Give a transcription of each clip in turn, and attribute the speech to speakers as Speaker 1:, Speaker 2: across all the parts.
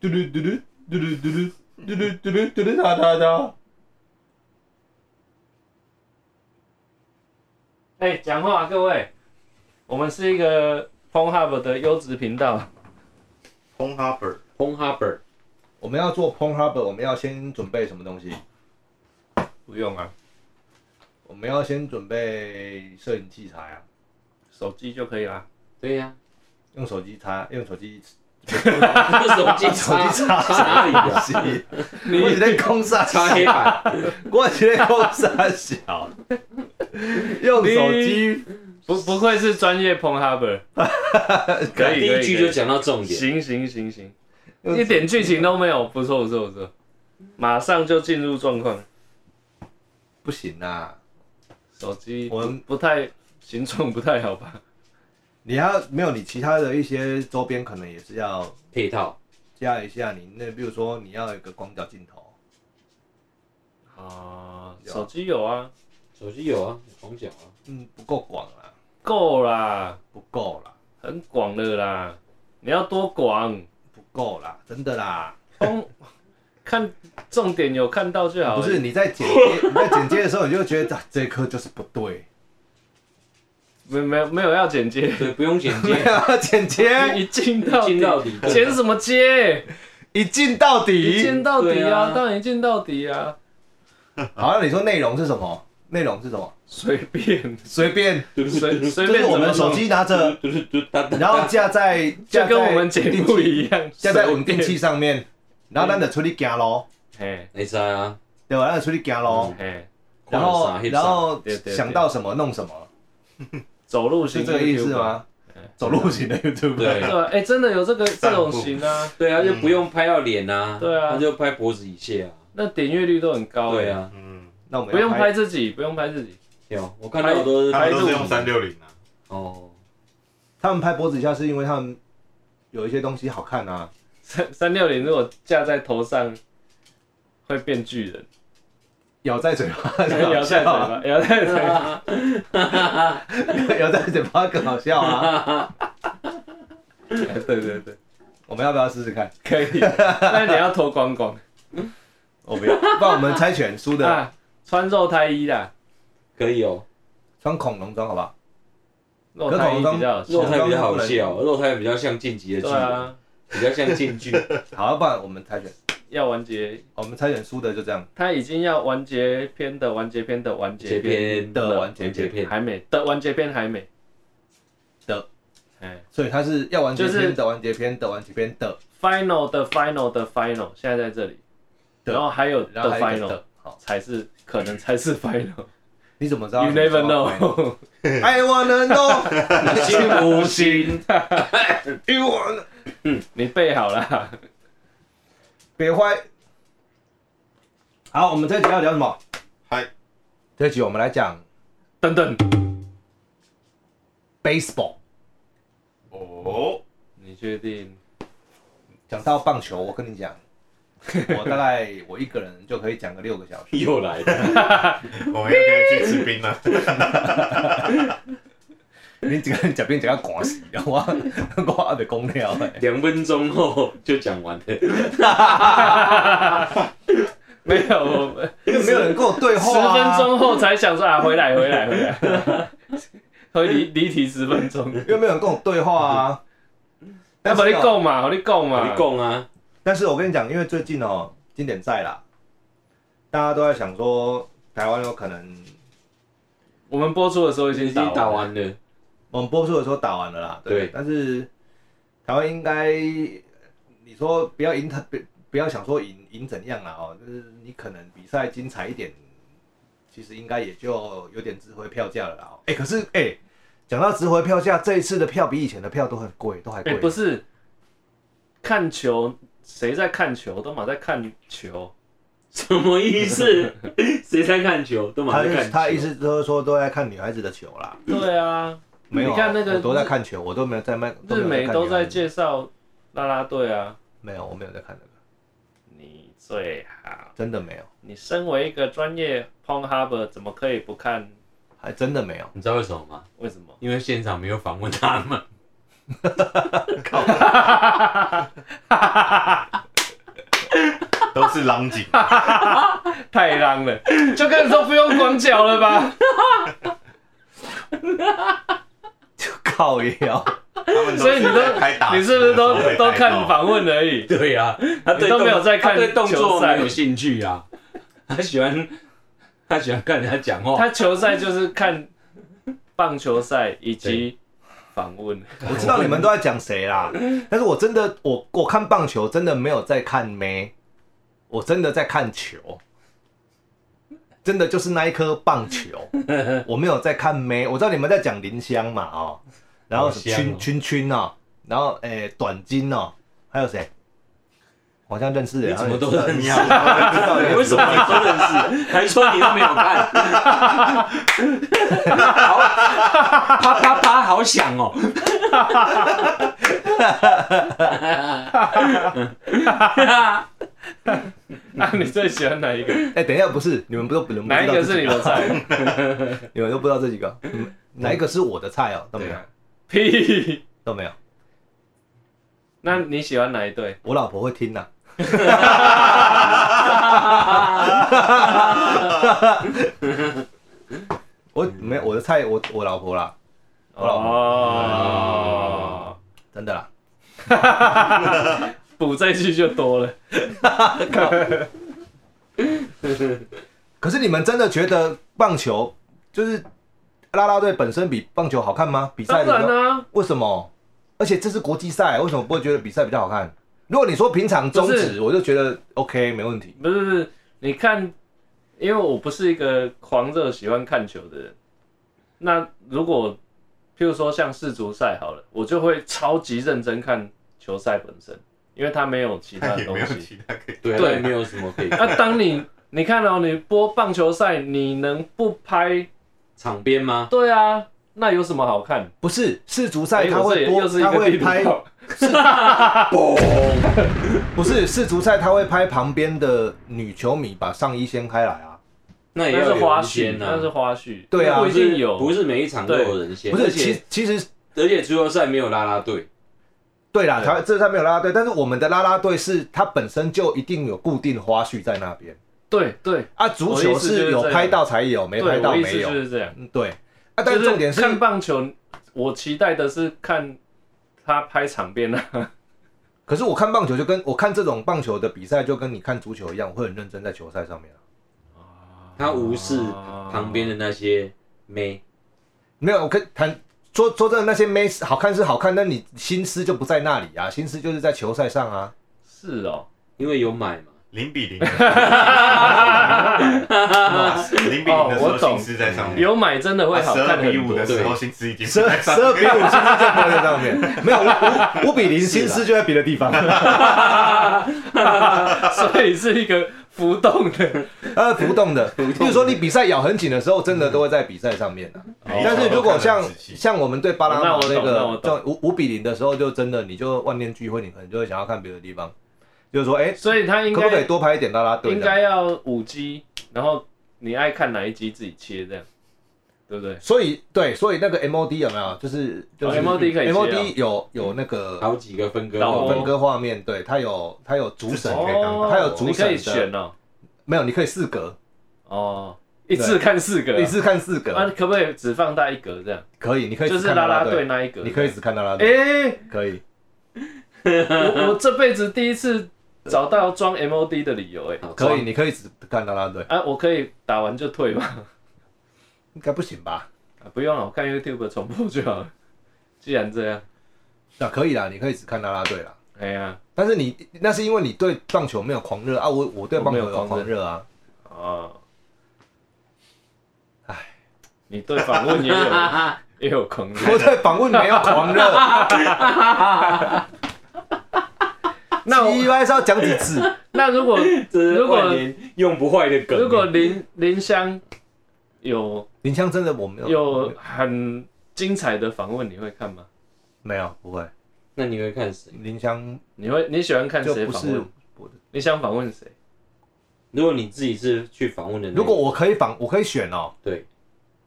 Speaker 1: 嘟噜嘟噜嘟噜嘟噜嘟噜嘟噜嘟噜哒哒哒。
Speaker 2: 哎，讲话各位，我们是一个 PornHub 的优质频道，
Speaker 1: Pong Harbor，
Speaker 3: p o n h u b e r
Speaker 1: 我们要做 Pong Harbor，我们要先准备什么东西？
Speaker 2: 不用啊，
Speaker 1: 我们要先准备摄影器材 啊，
Speaker 2: 手机就可以啦。
Speaker 3: 对呀、
Speaker 1: 用手机插，用手机
Speaker 3: 啊，手机
Speaker 1: 手
Speaker 3: 插
Speaker 1: 机插
Speaker 3: 哪里
Speaker 1: 东
Speaker 3: 的？
Speaker 1: 西。我是在空杀
Speaker 3: 插黑板，
Speaker 1: 我是在空杀小，用手机
Speaker 2: 不不愧是专业 PornHub，可
Speaker 3: 第
Speaker 2: 以可
Speaker 3: 一
Speaker 2: 以
Speaker 3: 句
Speaker 2: 可
Speaker 3: 就
Speaker 2: 以，
Speaker 3: 讲到重点。
Speaker 2: 行行行行，
Speaker 1: 用
Speaker 2: 一点剧情都没有，不错不错不错，马上就进入状况，
Speaker 1: 不行啊！
Speaker 2: 手机
Speaker 1: 我们
Speaker 2: 不太形状不太好吧？
Speaker 1: 你要没有你其他的一些周边，可能也是要
Speaker 3: 配套，
Speaker 1: 加一下你那，比如说你要有一个广角镜头，
Speaker 2: 啊，
Speaker 1: 有啊
Speaker 2: 手机有啊，
Speaker 3: 手机有啊，红角啊，
Speaker 1: 嗯，不够广啦，
Speaker 2: 够啦，
Speaker 1: 不够啦，
Speaker 2: 很广的啦，你要多广，
Speaker 1: 不够啦，真的啦，
Speaker 2: 通看重点有看到就好。
Speaker 1: 不是，你在剪 接，你在剪接的时候，你就觉得啊这一颗就是不对，
Speaker 2: 没没没有要剪接，
Speaker 3: 对，不用剪
Speaker 1: 没
Speaker 3: 接，
Speaker 1: 有剪接，
Speaker 2: 一进到
Speaker 3: 进
Speaker 2: 底，
Speaker 3: 到底。
Speaker 2: 剪什么接？
Speaker 1: 一镜到
Speaker 2: 一
Speaker 1: 底。
Speaker 2: 进到底
Speaker 3: 对
Speaker 2: 啊，
Speaker 3: 啊
Speaker 2: 当然一进到底啊，
Speaker 1: 好，那你说内容是什么？内容是什么？
Speaker 2: 随便
Speaker 1: 随便，
Speaker 2: 随随
Speaker 1: 就是
Speaker 2: 便
Speaker 1: 我
Speaker 2: 怎
Speaker 1: 们
Speaker 2: 么
Speaker 1: 手
Speaker 2: 弄，
Speaker 1: 机拿着，
Speaker 3: 嘟嘟嘟哒 哒
Speaker 1: 然后架在
Speaker 2: 就
Speaker 1: 架
Speaker 2: 跟
Speaker 1: 在
Speaker 2: 我们节
Speaker 1: 稳定
Speaker 2: 目
Speaker 1: 器
Speaker 2: 一样，
Speaker 1: 架在稳
Speaker 2: 随
Speaker 1: 定
Speaker 2: 便。
Speaker 1: 器上面，然后咱就出去行咯，
Speaker 2: 嘿，
Speaker 3: 没猜啊，
Speaker 1: 对吧？咱就出去行咯，
Speaker 2: 嘿，
Speaker 3: 看
Speaker 1: 然
Speaker 3: 有
Speaker 1: 后
Speaker 3: 啥翕啥
Speaker 1: 然后
Speaker 2: 对对对
Speaker 1: 想到什么弄什么，
Speaker 2: 走路型
Speaker 1: 是这个意思
Speaker 2: YouTuber？
Speaker 1: 吗
Speaker 2: 对？
Speaker 1: 走路型的 YouTube，
Speaker 2: 对
Speaker 3: 对
Speaker 2: 啊，哎，真的有这 个这种型啊，
Speaker 3: 对啊，就不用拍到脸啊，
Speaker 2: 对啊
Speaker 3: 他就拍脖子以下啊，
Speaker 2: 那点阅率都很高。
Speaker 3: 对，啊，
Speaker 4: 嗯，
Speaker 1: 那我们
Speaker 2: 不用
Speaker 1: 要
Speaker 2: 拍自己，不用拍自己。
Speaker 3: 有，我看到好多
Speaker 4: 他
Speaker 2: 拍
Speaker 4: 们
Speaker 2: 入
Speaker 4: 都是用三六零啊，
Speaker 3: 哦，
Speaker 1: 他们拍脖子以下是因为他们有一些东西好看啊，
Speaker 2: 三三六零如果架在头上，会变巨 人，
Speaker 1: 咬在嘴巴 更
Speaker 2: 摇在
Speaker 1: 好
Speaker 2: 嘴
Speaker 1: 笑啊，
Speaker 2: 巴，摇在嘴 巴。
Speaker 1: 咬在嘴巴更好笑啊。
Speaker 2: 对对对，
Speaker 1: 我们要不要试试看？
Speaker 2: 可以。那你要脱光 光
Speaker 1: 我不要，不然我们猜拳输的
Speaker 2: 啊，穿肉胎衣啦，
Speaker 3: 可以哦，
Speaker 1: 穿恐龙装好不好？
Speaker 2: 肉胎衣比较好
Speaker 3: 肉
Speaker 2: 笑。
Speaker 3: 胎比较好笑，肉胎比较像晋级的剧
Speaker 2: 对，啊，
Speaker 3: 比较像晋剧，
Speaker 1: 好，不然我们猜拳，
Speaker 2: 要完结，
Speaker 1: 哦我们猜拳输的就这样
Speaker 2: 他已经要完结篇的完结篇的完结
Speaker 3: 结
Speaker 2: 篇
Speaker 3: 篇
Speaker 1: 的完结
Speaker 3: 完结
Speaker 1: 篇，
Speaker 3: 片，
Speaker 2: 还没的完结篇还没
Speaker 1: 的，
Speaker 2: 哎
Speaker 1: 所以它是要完结
Speaker 2: 就
Speaker 1: 篇
Speaker 2: 是
Speaker 1: 的完结篇的完结篇的，
Speaker 2: ，final 的 final 的 final 现在在这里，
Speaker 1: 的
Speaker 2: 然后还有
Speaker 1: 然后
Speaker 2: 的
Speaker 1: 还有一个
Speaker 2: final
Speaker 1: 的。好，
Speaker 2: 才是可能才是 final。
Speaker 1: 你怎么知道
Speaker 2: You
Speaker 1: 你怎
Speaker 2: never
Speaker 1: 么知道
Speaker 2: know，
Speaker 1: I wanna know，
Speaker 3: 心不心？
Speaker 1: you wanna
Speaker 2: 你背好了？
Speaker 1: 别坏。好，我们这集要聊什么？
Speaker 4: 嗨，
Speaker 1: 这集我们来讲
Speaker 2: 等等，
Speaker 1: baseball。
Speaker 4: 哦，
Speaker 2: 你确定？
Speaker 1: 讲到棒球，我跟 你讲，我大概我一个人就可以讲个六个小时。
Speaker 3: 又来了，
Speaker 4: 我们要可以去吃冰了，
Speaker 1: 你一个人讲边讲到赶死，我 我 还没讲了欸。
Speaker 3: 两分钟后就讲完了，
Speaker 2: 没有，我们
Speaker 1: 没有人跟我对
Speaker 2: 十
Speaker 1: 话啊
Speaker 2: 分，钟后才想说啊，回来，回来，回来，回离离题十分钟。
Speaker 1: 因为没有人跟我对话啊。
Speaker 2: 那
Speaker 1: 但
Speaker 2: 把
Speaker 1: 是
Speaker 2: 你
Speaker 1: 哦，
Speaker 2: 够嘛，把你够
Speaker 3: 你
Speaker 2: 嘛，
Speaker 3: 讲啊，
Speaker 1: 但是我跟你讲，因为最近哦，经典赛啦，大家都在想说，台湾有可能，
Speaker 2: 我们播出的时候已
Speaker 3: 已
Speaker 2: 经
Speaker 3: 经打
Speaker 2: 打完，
Speaker 3: 完了，
Speaker 1: 我们播出的时候打完了啦，
Speaker 3: 对
Speaker 1: 但是台湾应该，你说不要赢他，不不要想说赢赢怎样啦哦，就是你可能比赛精彩一点，其实应该也就有点值回票价了啦哦。哎、可是哎。讲到值回票价，这一次的票比以前的票都很贵，都还贵、
Speaker 2: 哎，不是，看球，谁在看球？都马在看球，
Speaker 3: 什么意 思？谁在看球？都马
Speaker 1: 他
Speaker 3: 上
Speaker 1: 就
Speaker 3: 看
Speaker 1: 是
Speaker 3: 球，
Speaker 1: 他意思就是说都在看女孩子的球啦，
Speaker 2: 对啊，
Speaker 1: 没有啊、
Speaker 2: 你看那个
Speaker 1: 我都在看球，我都没有在卖，
Speaker 2: 日美 都在
Speaker 1: 见，
Speaker 2: 介绍啦啦队啊，
Speaker 1: 没有，我没有在看那个，
Speaker 2: 你最好，
Speaker 1: 真的没有，
Speaker 2: 你身为一个专业 p o n Hub，怎么可以不看？
Speaker 1: 还真的没有，
Speaker 3: 你知道为什么吗？
Speaker 2: 为什 么？
Speaker 3: 因为现场没有访问 他们，
Speaker 4: 都是狼藉。
Speaker 2: 太浪了，就跟你说不用光脚了吧？
Speaker 1: 靠腰，
Speaker 4: 他们都
Speaker 2: 所以你都
Speaker 4: 在拍打，
Speaker 2: 你是不是都都看？访问而已？
Speaker 3: 对呀、他对
Speaker 2: 你都
Speaker 3: 动
Speaker 2: 没有在看
Speaker 3: 他对动
Speaker 2: 球
Speaker 3: 作
Speaker 2: 赛
Speaker 3: 没有兴趣啊，他喜欢他喜欢看人家讲话。
Speaker 2: 他球赛就是看棒球赛以及访问，
Speaker 1: 我知道你们都在讲谁啦，但是我真的我我看棒球真的没有在看妹，我真的在看球，真的就是那一颗棒球，我没有在看妹。我知道你们在讲林香嘛哦，然后
Speaker 3: 好香
Speaker 1: 圈
Speaker 3: 哦
Speaker 1: 圈圈哦，然后诶、短金哦，还有谁？我好像认识人，
Speaker 3: 你怎么都
Speaker 1: 好像
Speaker 3: 认
Speaker 4: 你
Speaker 3: 识
Speaker 4: 好，我知道你
Speaker 3: 为什么你说认识，还说你都没有看？好，啪啪啪，好响 哦！啊
Speaker 2: 那你最喜欢哪一个？
Speaker 1: 哎、等一下，不是你们不都你们不
Speaker 2: 哪一
Speaker 1: 知道
Speaker 2: 个
Speaker 1: 这
Speaker 2: 是
Speaker 1: 几
Speaker 4: 啊
Speaker 2: 你的 菜？
Speaker 1: 你们都不知道这几个，嗯哪一个是我的菜哦？都没有，
Speaker 3: 啊
Speaker 2: 屁！
Speaker 1: 都没有。
Speaker 2: 那你喜欢哪一队？
Speaker 1: 我老婆会听呐、啊我没有我的菜，我我老婆啦，我老婆
Speaker 2: 哦，
Speaker 1: 真的啦。
Speaker 2: 补这一句就多了。
Speaker 1: 可是你们真的觉得棒球就是啦啦队本身比棒球好看吗？比赛
Speaker 2: 当
Speaker 1: 的
Speaker 2: 然啊
Speaker 1: 时候
Speaker 2: 啦、
Speaker 1: 为什么？而且这是国际赛，为什么不会觉得比赛比较好看？如果你说平常中
Speaker 2: 不是
Speaker 1: 止，我就觉得 OK 没问题。
Speaker 2: 不是不是，你看，因为我不是一个狂热喜欢看球的人。那如果譬如说像世足赛好了，我就会超级认真看球赛本身，因为它没有其他
Speaker 4: 他
Speaker 2: 的
Speaker 4: 也
Speaker 2: 东
Speaker 4: 没有
Speaker 2: 西。
Speaker 4: 其他可以。
Speaker 3: 对，啊
Speaker 2: 对
Speaker 3: 没有什么可以看
Speaker 2: 那当你你看哦，你播棒球赛，你能不拍？
Speaker 3: 场边吗？
Speaker 2: 对啊，那有什么好看？
Speaker 1: 不是世足赛，
Speaker 2: 哎
Speaker 1: 他
Speaker 2: 我这
Speaker 1: 会
Speaker 2: 也
Speaker 1: 播
Speaker 2: 又，是一
Speaker 1: 他
Speaker 2: 个
Speaker 1: 会
Speaker 2: 地图
Speaker 1: 拍，
Speaker 2: 炮
Speaker 1: 不是世足赛，他会拍旁边的女球迷把上衣掀开来啊。
Speaker 3: 那
Speaker 2: 那
Speaker 3: 也
Speaker 2: 哎
Speaker 3: 要
Speaker 2: 是
Speaker 3: 有
Speaker 2: 花
Speaker 3: 人
Speaker 2: 絮，
Speaker 3: 先
Speaker 2: 那是
Speaker 3: 啊，
Speaker 2: 花絮，
Speaker 1: 对啊
Speaker 2: 不一定有，
Speaker 3: 不是每一场都有人先，
Speaker 1: 不是，
Speaker 3: 而
Speaker 1: 其
Speaker 3: 且
Speaker 1: 其实
Speaker 3: 而且足球赛没有啦啦队，
Speaker 1: 对啦，
Speaker 2: 对
Speaker 1: 台这上没有啦啦队，但是我们的啦啦队是它本身就一定有固定花絮在那边
Speaker 2: 对对
Speaker 1: 啊，足球是有拍到才有，没
Speaker 2: 对，
Speaker 1: 拍到
Speaker 2: 我意思
Speaker 1: 没有
Speaker 2: 就，是这样。
Speaker 1: 嗯对啊，但是重点是
Speaker 2: 就看棒球，我期待的是看他拍场边啊，
Speaker 1: 可是我看棒球就跟我看这种棒球的比赛就跟你看足球一样，我会很认真在球赛上面啊。
Speaker 3: 他无视旁边的那些妹，
Speaker 1: 没有，我跟谈说说真的，那些妹好看是好看，但你心思就不在那里啊，心思就是在球赛上啊。
Speaker 2: 是 哦，
Speaker 3: 因为有买嘛。
Speaker 4: 零比零，零比零
Speaker 1: 哇
Speaker 4: 的时
Speaker 2: 哦我
Speaker 4: 候
Speaker 2: 懂
Speaker 4: 心思在上面。
Speaker 2: 有买真的会好
Speaker 1: 啊
Speaker 4: 十
Speaker 2: 看
Speaker 4: 二比
Speaker 2: 很
Speaker 4: 五
Speaker 2: 多
Speaker 4: 的。时候心思已经不
Speaker 1: 十二
Speaker 4: 在
Speaker 1: 十
Speaker 4: 上
Speaker 1: 二
Speaker 4: 面。
Speaker 1: 比五心思在球赛上面，没有五五五比零，心思就在别的地方。 啊
Speaker 2: 所以是一个浮动 的。
Speaker 1: 呃，浮 动的，比如说你比赛咬很紧的时候，真的都会在比赛上面的、
Speaker 4: 哦
Speaker 1: 但是如果像
Speaker 4: 看得很仔细
Speaker 1: 像我们对巴拿
Speaker 2: 哦那
Speaker 1: 马
Speaker 2: 我懂
Speaker 1: 那
Speaker 2: 那
Speaker 1: 个
Speaker 2: 我
Speaker 1: 就
Speaker 2: 懂
Speaker 1: 五五比零的时候，就真的你就万念俱灰，你可能就会想要看别的地方，就是说，哎、
Speaker 2: 所以他应
Speaker 1: 可不可以
Speaker 2: 该
Speaker 1: 多拍一点啦啦队？
Speaker 2: 应该要五 G，然后你爱看哪一集自己切这样，对不对？
Speaker 1: 所以对，所以那个 MOD 有没有？就是就是
Speaker 2: MOD 可以切啊嗯
Speaker 1: MOD 有有那个
Speaker 3: 好几个分割
Speaker 2: 导
Speaker 1: 有
Speaker 2: 播
Speaker 1: 分割画面，对，它有它有主审，
Speaker 4: 可以当导
Speaker 1: 播它有主
Speaker 2: 哦你可以
Speaker 1: 审的
Speaker 2: 选哦，
Speaker 1: 没有，你可以四格，
Speaker 2: 哦，一次看四个啊，
Speaker 1: 你是看四
Speaker 2: 啊，
Speaker 1: 格，
Speaker 2: 可不可以只放大一格这样？
Speaker 1: 可以，你可以
Speaker 2: 就
Speaker 1: 只
Speaker 2: 是
Speaker 1: 看
Speaker 2: 啦
Speaker 1: 啦
Speaker 2: 啦队，那一格，
Speaker 1: 你可以只看啦啦队，
Speaker 2: 哎，
Speaker 1: 可以。
Speaker 2: 我我这辈子第一次找到装 MOD 的理由哎、
Speaker 3: 好
Speaker 1: 可以，，你可以只看啦啦队，
Speaker 2: 啊，我可以打完就退吗？
Speaker 1: 应该不行吧？
Speaker 2: 啊不用了，我看 YouTube 重播就好了。 既然这样，
Speaker 1: 那、可以啦，你可以只看啦啦队啦。
Speaker 2: 哎呀，
Speaker 1: 但是你那是因为你对棒球没有狂热啊，我我对棒球
Speaker 2: 我没有
Speaker 1: 有
Speaker 2: 狂
Speaker 1: 狂
Speaker 2: 热
Speaker 1: 热啊。
Speaker 2: 哦，哎，你对访问也 有 也有空
Speaker 1: 我对访问没有狂热，
Speaker 2: 那我
Speaker 1: 意外是要讲几次？
Speaker 2: 那如果
Speaker 3: 这是
Speaker 2: 如果
Speaker 3: 万年用不坏的梗。
Speaker 2: 如果林林香有
Speaker 1: 林香真的我没有，
Speaker 2: 有很精彩的访问，你会看吗？
Speaker 1: 没有不会，
Speaker 3: 那你会看谁？
Speaker 1: 林香
Speaker 2: 你会你喜欢看
Speaker 1: 就
Speaker 2: 谁
Speaker 1: 不
Speaker 2: 访
Speaker 1: 是
Speaker 2: 问？
Speaker 1: 我的。
Speaker 2: 你想访问谁？
Speaker 3: 如果你自己是去访问的那个，
Speaker 1: 如果我可以访，我可以选哦。
Speaker 3: 对，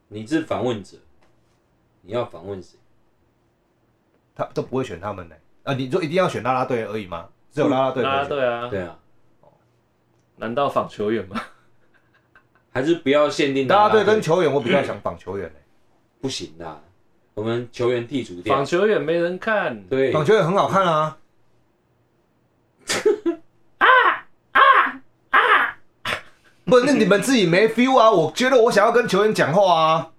Speaker 3: 你是访问者，你要访问谁？
Speaker 1: 他都不会选他们呢、啊，你就一定要选啦啦队而已吗？只有啦啦队可以
Speaker 2: 啦啦
Speaker 1: 选。
Speaker 2: 队啊，
Speaker 3: 对啊，
Speaker 2: 难道访球员吗？
Speaker 3: 还是不要限定
Speaker 1: 大家
Speaker 3: 队
Speaker 1: 队跟球员，我比较想绑球员、欸、
Speaker 3: 不行啦，我们球员剔除
Speaker 2: 访
Speaker 3: 掉。
Speaker 2: 球员没人看，
Speaker 3: 对，
Speaker 1: 绑球员很好 看啊。不，那你们自己没 feel 啊？我觉得我想要跟球员讲话 啊。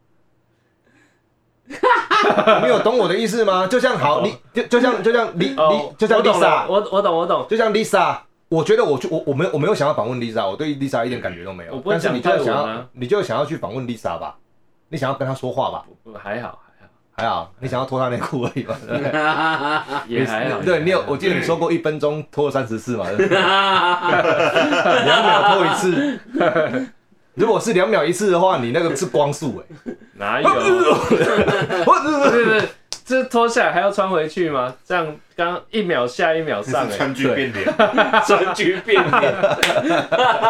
Speaker 1: 你有懂我的意思吗？就像好，你就就像就像你你
Speaker 2: 哦，
Speaker 1: 就像
Speaker 2: 我懂
Speaker 1: Lisa，
Speaker 2: 了，我我懂我懂，
Speaker 1: 就像 Lisa，我觉得我去我我没有我没有想要访问 Lisa，我对 Lisa 一点感觉都没有。
Speaker 2: 我不会
Speaker 1: 但是
Speaker 2: 讲
Speaker 1: 你就想
Speaker 2: 泰文
Speaker 1: 要、
Speaker 2: 啊
Speaker 1: 你就想要去访问 Lisa 吧，你想要跟她说话吧，
Speaker 2: 不还好还
Speaker 1: 还好，你想要脱她内裤而已吧。对不对
Speaker 2: 好，也还好。
Speaker 1: 啊对你有，我记得你说过一分钟脱了三十次嘛， 对不对两秒脱一次。 如果是两秒一次的话，你那个是光速
Speaker 2: 哪
Speaker 1: 哎、
Speaker 2: 有？不是不是，这脱下来还要穿回去吗？这样刚一秒下一秒上
Speaker 4: 是
Speaker 2: 哎，
Speaker 4: 川剧变脸，
Speaker 3: 专区变脸，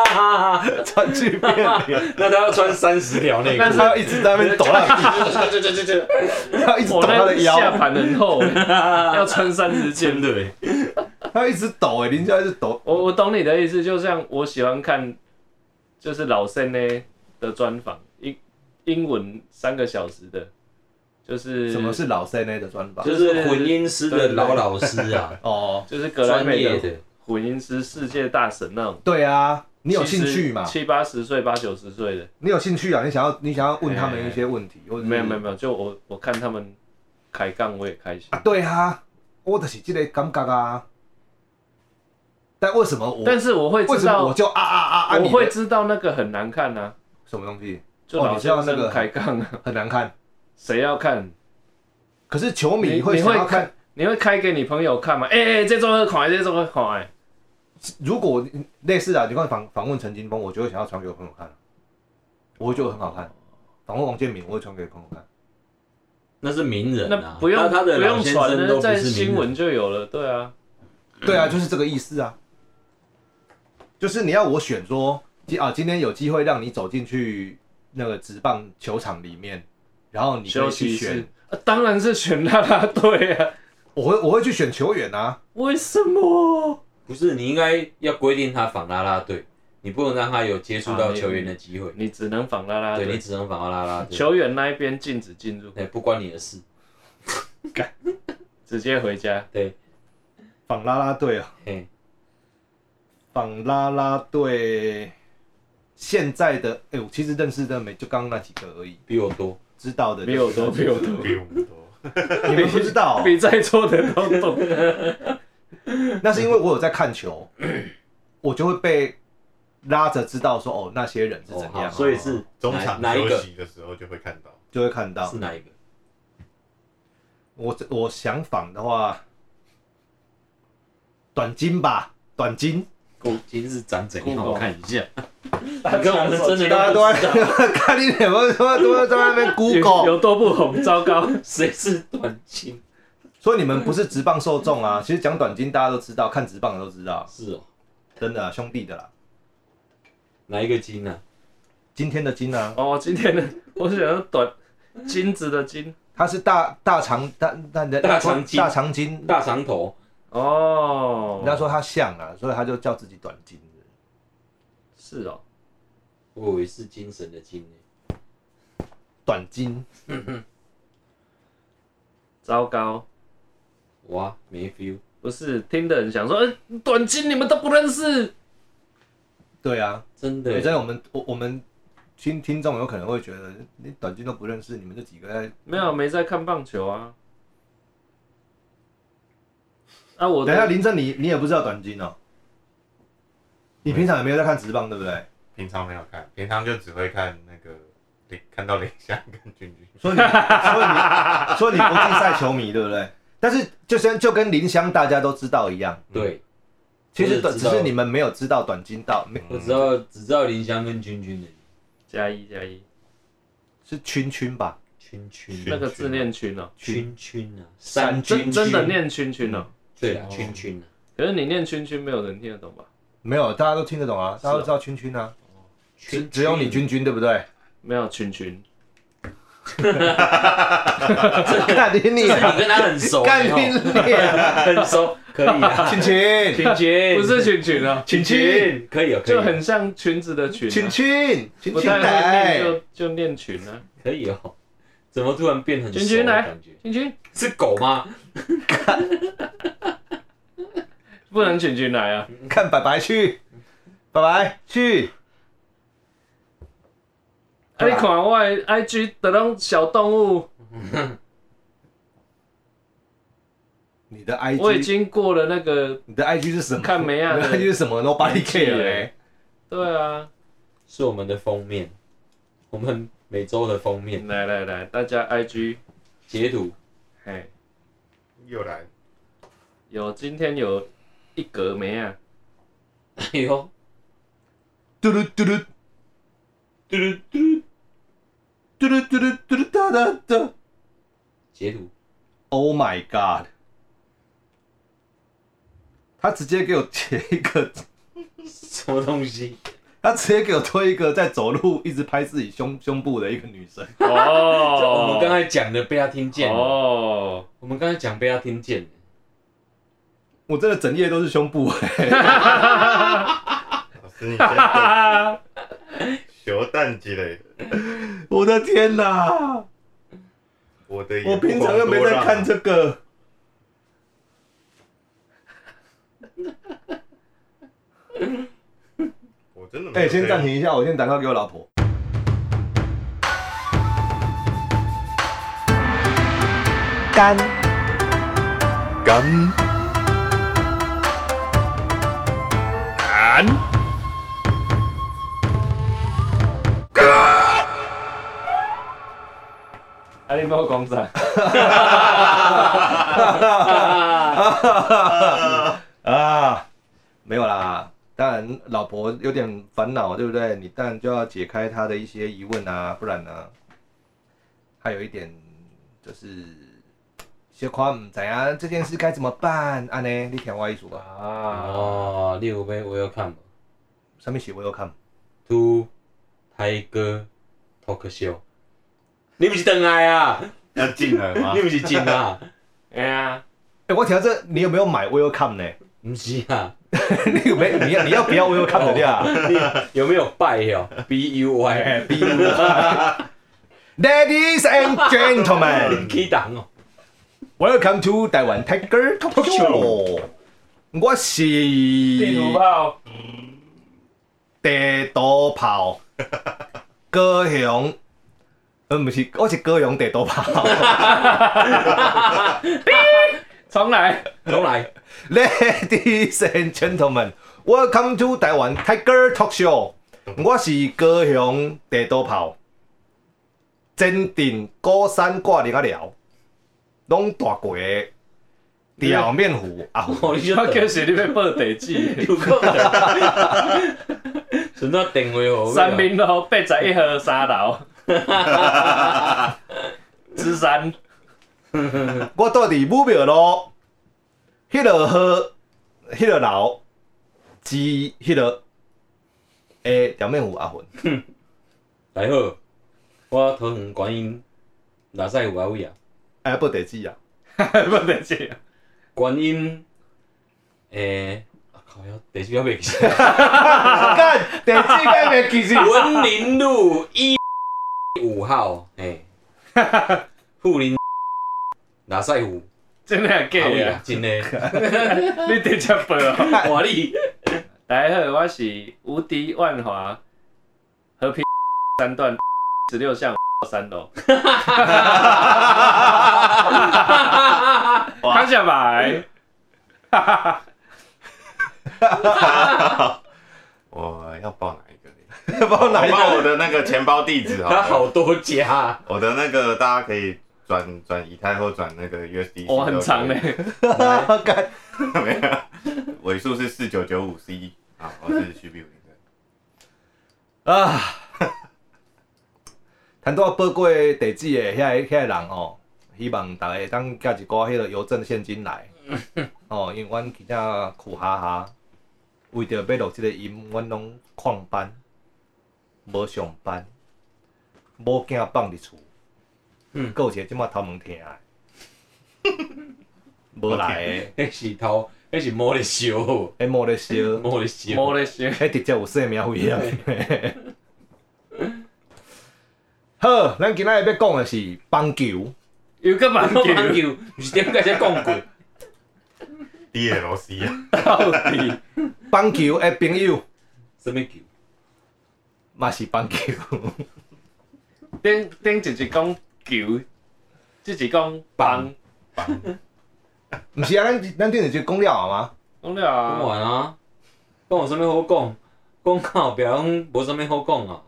Speaker 1: 川剧变 脸，
Speaker 3: 那他要穿三十条内
Speaker 1: 但
Speaker 3: 裤
Speaker 1: 是，他要一直在那边抖他，
Speaker 3: 这这这这
Speaker 1: 他 一直
Speaker 2: 哎
Speaker 1: 抖
Speaker 2: 我
Speaker 1: 他
Speaker 2: 那
Speaker 1: 的
Speaker 2: 下
Speaker 1: 腰，
Speaker 2: 盘很厚 哎，要穿三十件。
Speaker 3: 真的欸
Speaker 1: 他一直抖哎、林家一直抖，
Speaker 2: 我我懂你的意思，就像我喜欢看就是老森呢的专访，英英文三个小时的，就是
Speaker 1: 什么是老 C 呢的专访？
Speaker 3: 就是混音师的老老师啊，
Speaker 1: 哦，
Speaker 2: 就是格莱
Speaker 3: 专
Speaker 2: 美
Speaker 3: 业
Speaker 2: 的
Speaker 3: 的，
Speaker 2: 混音师世界大神那种。
Speaker 1: 对啊，你有兴趣嘛？
Speaker 2: 七八十岁、八九十岁的，
Speaker 1: 你有兴趣啊？你想要你想要问他们一些问题，
Speaker 3: 嗯
Speaker 1: 或者是
Speaker 2: 哎没有没有没有，就我我看他们开杠，我也开心
Speaker 1: 啊？。对啊，我就是这个感觉啊。但为什么我？
Speaker 2: 但是我会
Speaker 1: 为
Speaker 2: 知
Speaker 1: 什么
Speaker 2: 道
Speaker 1: 我，就啊啊啊啊？
Speaker 2: 我
Speaker 1: 你
Speaker 2: 会
Speaker 1: 的
Speaker 2: 知道那个很难看啊，
Speaker 1: 什么东西
Speaker 2: 就
Speaker 1: 哦
Speaker 2: 老
Speaker 1: 你知道
Speaker 2: 先
Speaker 1: 那个
Speaker 2: 生开杠啊，
Speaker 1: 很难看？
Speaker 2: 谁要看？
Speaker 1: 可是球迷
Speaker 2: 你
Speaker 1: 会
Speaker 2: 你
Speaker 1: 想要
Speaker 2: 会
Speaker 1: 看。
Speaker 2: 你会开给你朋友看吗？哎、哎、这周会款，这周会款，哎
Speaker 1: 如果类似啊，你看访访问陈金峰，我就会想要传给我朋友看，啊我会觉得很好看。访问王建民，我会传给朋友看。
Speaker 3: 那是名人
Speaker 2: 那
Speaker 3: 啊，
Speaker 2: 不用
Speaker 3: 那他的
Speaker 2: 不
Speaker 3: 老
Speaker 2: 用
Speaker 3: 先
Speaker 2: 传
Speaker 3: 生都
Speaker 2: 了，
Speaker 3: 不
Speaker 2: 在
Speaker 3: 是
Speaker 2: 新
Speaker 3: 名人，
Speaker 2: 闻就有了，对啊，
Speaker 1: 对啊，就是这个意思啊。就是你要我选说，今啊今天有机会让你走进去那个职棒球场里面，然后你可
Speaker 2: 休
Speaker 1: 以去
Speaker 2: 息室
Speaker 1: 选，、
Speaker 2: 啊当然是选啦啦队啊，
Speaker 1: 我会我会去选球员啊。
Speaker 2: 为什么？
Speaker 3: 不是你应该要规定他仿啦啦队，你不能让他啊有接触到球员的机会，
Speaker 2: 你只能仿啦啦
Speaker 3: 对你
Speaker 2: 队，
Speaker 3: 只能仿啦啦队，
Speaker 2: 球员那一边禁止进入，
Speaker 3: 对，不关你的事，
Speaker 2: 直接回家。
Speaker 3: 对，
Speaker 1: 仿啦啦队啊，
Speaker 3: 嘿，
Speaker 1: 仿啦啦队，现在的哎、我其实认识的没就刚刚那几个而已，
Speaker 3: 比我多，
Speaker 1: 知道的就
Speaker 2: 比我多，比我多，
Speaker 4: 比我们多。
Speaker 1: 你们不知 道 哦、
Speaker 2: 比在座的都懂。
Speaker 1: 那是因为我有在看球，我就会被拉着知道说哦那些人是怎
Speaker 3: 哦
Speaker 1: 样，
Speaker 3: 好所以是
Speaker 4: 中
Speaker 3: 哪
Speaker 4: 场
Speaker 3: 哪一
Speaker 4: 休
Speaker 3: 个
Speaker 4: 息的时候就会看到，
Speaker 1: 就会看到
Speaker 3: 是。哪一个？
Speaker 1: 我这我想仿的话，短金吧，短金，
Speaker 3: 古今是长怎样？
Speaker 2: Google
Speaker 3: 我看一下，
Speaker 2: 大
Speaker 3: 跟我们真 的
Speaker 1: 大家
Speaker 3: 都
Speaker 1: 都
Speaker 3: 不
Speaker 1: 在
Speaker 3: 知道
Speaker 1: 看你有没有说都在那边
Speaker 2: 有
Speaker 1: Google，
Speaker 2: 有多不红，糟糕。
Speaker 3: 谁是短青，
Speaker 1: 所以你们不是直棒受众啊。其实讲短金大家都知道，看直棒的都知道，
Speaker 3: 是哦，
Speaker 1: 真的啊、兄弟的啦。
Speaker 3: 哪一个金啊呢？
Speaker 1: 今天的金啊，
Speaker 2: 哦，今天的我想要短金子的金。
Speaker 1: 它是大大长大大
Speaker 3: 大长今
Speaker 1: 大长金，
Speaker 3: 大长头，
Speaker 2: 哦
Speaker 1: 人，家说它像啊，所以他就叫自己短金。
Speaker 2: 是哦，
Speaker 3: 我以为是精神的精呢。
Speaker 1: 短金，
Speaker 2: 糟糕，
Speaker 3: 哇，没 feel。
Speaker 2: 不是听的人想说，呃短金你们都不认识，
Speaker 1: 对啊，
Speaker 3: 真
Speaker 1: 对，
Speaker 3: 的
Speaker 1: 真的我们我我们听听众有可能会觉得你短金都不认识，你们这几个在
Speaker 2: 没有没在看棒球啊。啊，我
Speaker 1: 等一下，林正你你也不知道短金哦、你平常也没有在看直棒，对不对？
Speaker 4: 平常没有看，平常就只会看那个林，看到林湘跟君君。
Speaker 1: 所以你所以你所以你国际赛球迷，对不对？但是就像就跟林湘大家都知道一样，
Speaker 3: 对，
Speaker 1: 其实
Speaker 3: 我
Speaker 1: 短
Speaker 3: 只知
Speaker 1: 只
Speaker 3: 道
Speaker 1: 是你们没有知道短金到没
Speaker 3: 我知道只知道林湘跟君君的
Speaker 2: 加一加一，
Speaker 1: 是圈圈吧？
Speaker 3: 君君
Speaker 2: 那个字念群哦，
Speaker 3: 君君啊，
Speaker 1: 三
Speaker 3: 三
Speaker 2: 真
Speaker 3: 君
Speaker 2: 真的念群群哦。
Speaker 3: 对啊，
Speaker 1: 哦
Speaker 3: 君君啊，
Speaker 2: 可是你念群群，没有人听得懂吧？
Speaker 1: 没有，大家都听得懂啊，大家都知道圈圈啊，只只有你君君对不对？
Speaker 2: 没有群群，
Speaker 1: 干你你
Speaker 3: 你跟他很熟，
Speaker 1: 干
Speaker 3: 你
Speaker 1: 你
Speaker 3: 哦
Speaker 1: 你！
Speaker 3: 很熟，可以 啊，
Speaker 1: 亲亲，
Speaker 3: 群群
Speaker 2: 不是群群啊，
Speaker 3: 群群，可以哦，可以
Speaker 2: 就
Speaker 3: 哦，
Speaker 2: 很像裙子的裙、
Speaker 1: 亲
Speaker 2: 啊，
Speaker 1: 亲，亲
Speaker 2: 不
Speaker 1: 亲
Speaker 2: 太会念
Speaker 1: 来，
Speaker 2: 就就念群啊，
Speaker 3: 可以哦。怎么突然变很熟
Speaker 2: 群群
Speaker 3: 的
Speaker 2: 来
Speaker 3: 感觉？
Speaker 2: 群群
Speaker 3: 是狗吗？
Speaker 2: 不能群群来啊，
Speaker 1: 看拜拜去，拜拜去，
Speaker 2: 啊你看我的 IG 的那种小动物，
Speaker 1: 你的
Speaker 2: 我已
Speaker 1: IG，
Speaker 2: 经过了那个，
Speaker 1: 你的 IG 是什么？
Speaker 2: 看梅亚啊的
Speaker 1: 你的 IG 是什么？Nobody
Speaker 2: 气
Speaker 1: care
Speaker 2: 了
Speaker 1: 嘞，
Speaker 2: 对啊，
Speaker 3: 是我们的封面，我们每周的封面
Speaker 2: 来来来，大家 IG，
Speaker 3: 截图，
Speaker 2: 哎，
Speaker 4: 又来，
Speaker 2: 有今天有一格没啊？
Speaker 3: 哎呦，
Speaker 1: 嘟噜嘟噜
Speaker 3: 嘟嘟嘟，
Speaker 1: 嘟噜嘟噜嘟噜哒哒哒
Speaker 3: 截图，
Speaker 1: ，Oh my god！他直接给我贴一个，
Speaker 3: 什么东西？
Speaker 1: 他直接给我推一个在走路一直拍自己胸胸部的一个女生，
Speaker 3: 这我
Speaker 2: 哦
Speaker 3: 们刚才讲的被他听见了，
Speaker 2: 哦，
Speaker 3: 我们刚才讲被他听见了，
Speaker 1: 我真的整夜都是胸部哎、
Speaker 4: 老师你真的
Speaker 2: 啊，
Speaker 4: 熊蛋之类的，
Speaker 1: 我的天哪！
Speaker 4: 我的也
Speaker 1: 我平常又没在看这个。
Speaker 4: 不遑多让，我真的没
Speaker 1: 哎、
Speaker 4: 有
Speaker 1: 先
Speaker 4: 在
Speaker 1: 暂停一下，我先打电话给我老婆。干
Speaker 4: 干。
Speaker 2: 啊你帮我讲啥？
Speaker 1: 啊，没有啦。当然，老婆有点烦恼，对不对？你当然就要解开她的一些疑问啊，不然呢、还有一点就是，小夸唔知啊，这件事该怎么办？安呢，你听我意思吧。
Speaker 2: 啊，
Speaker 3: 哦，你有被 welcome
Speaker 1: 上面写我有看，
Speaker 3: to 台哥 talk show，你不是等来啊？
Speaker 4: 要进来吗
Speaker 3: 你？不是进啊？
Speaker 2: 哎呀，
Speaker 1: 哎、我听到这，你有没有买 Welcome 呢？
Speaker 3: 不是啊，
Speaker 1: 你有没有你要你要不要 Welcome 的呀
Speaker 3: 你有没有拜哦？B U Y，
Speaker 1: 哎 ？Ladies and gentlemen,
Speaker 3: 起档哦，
Speaker 1: welcome to 台湾 Tiger Talk Show。我是
Speaker 2: 地图炮，
Speaker 1: 地图 炮，高雄，呃，不是，我是高雄地图炮。
Speaker 2: 重来，
Speaker 3: 重来，
Speaker 1: Ladies and gentlemen, welcome to 台湾 Tiger Talk Show。我是高雄地图炮，前镇高山挂零啊聊，拢大过的表面糊啊糊。
Speaker 3: 哦，你就
Speaker 2: 我
Speaker 3: 等
Speaker 2: 叫是你要报地址，
Speaker 3: 有够等，存到 电话哦。
Speaker 2: 三民路八十一号三楼，芝山，
Speaker 1: 我住伫武庙路，迄落号，迄落楼，至迄落诶表面糊啊混。
Speaker 3: 大家好，我桃园观音，哪赛有阿位啊？
Speaker 1: 哎，报地址啊！
Speaker 2: 报地址，
Speaker 3: 观音，诶，啊靠，要地址要袂记。
Speaker 1: 干地址该袂记住。
Speaker 3: 文林路一五号，哎，富林哪赛有
Speaker 2: 真的假
Speaker 3: 阿位
Speaker 2: 的
Speaker 3: 啊？？真的，
Speaker 2: 你直接报哦。
Speaker 3: 哇你。
Speaker 2: 大家好，我是无敌万华和平三段十六巷三楼，康下白，
Speaker 4: 我要报哪一个？
Speaker 1: 报哪一
Speaker 4: 我
Speaker 1: 个
Speaker 4: 报？我的那个钱包地址好了
Speaker 3: 他好多家，
Speaker 4: 我的那个大家可以转转以太或转那个 USDC，
Speaker 2: 我哦很长嘞，
Speaker 1: 干
Speaker 4: 没有，尾数是四九九五 C。好，我是徐碧伟。
Speaker 1: 啊！ 谈到报过地址的遐个遐个人哦，希望大家当寄一寡迄个邮政现金来 哦，因为阮今仔苦哈哈，为着要录即个音，阮拢旷班，无上班，无囝放伫厝，
Speaker 3: 嗯
Speaker 1: 还有一个即马头毛疼的，无来的，
Speaker 3: 那是头那是摸的烧，
Speaker 1: 哎，莫得烧，
Speaker 3: 摸的烧，
Speaker 2: 摸咧 些，
Speaker 1: 哎，直接有生命危险。好，咱今仔日要讲的是棒球，
Speaker 2: 有个棒
Speaker 3: 棒
Speaker 2: 球
Speaker 3: 球，毋是点解在讲过？
Speaker 4: DLC 啊，
Speaker 2: 到 底
Speaker 1: 棒球的朋友
Speaker 3: 什么球？
Speaker 1: 嘛是棒球，
Speaker 2: 顶顶一集讲球，这集讲棒，
Speaker 1: 毋是啊？咱咱顶日就讲了啊吗？
Speaker 2: 讲了
Speaker 3: 讲
Speaker 2: 啊，
Speaker 3: 完啊，讲有啥物好讲？讲到后壁讲无啥物好讲啊。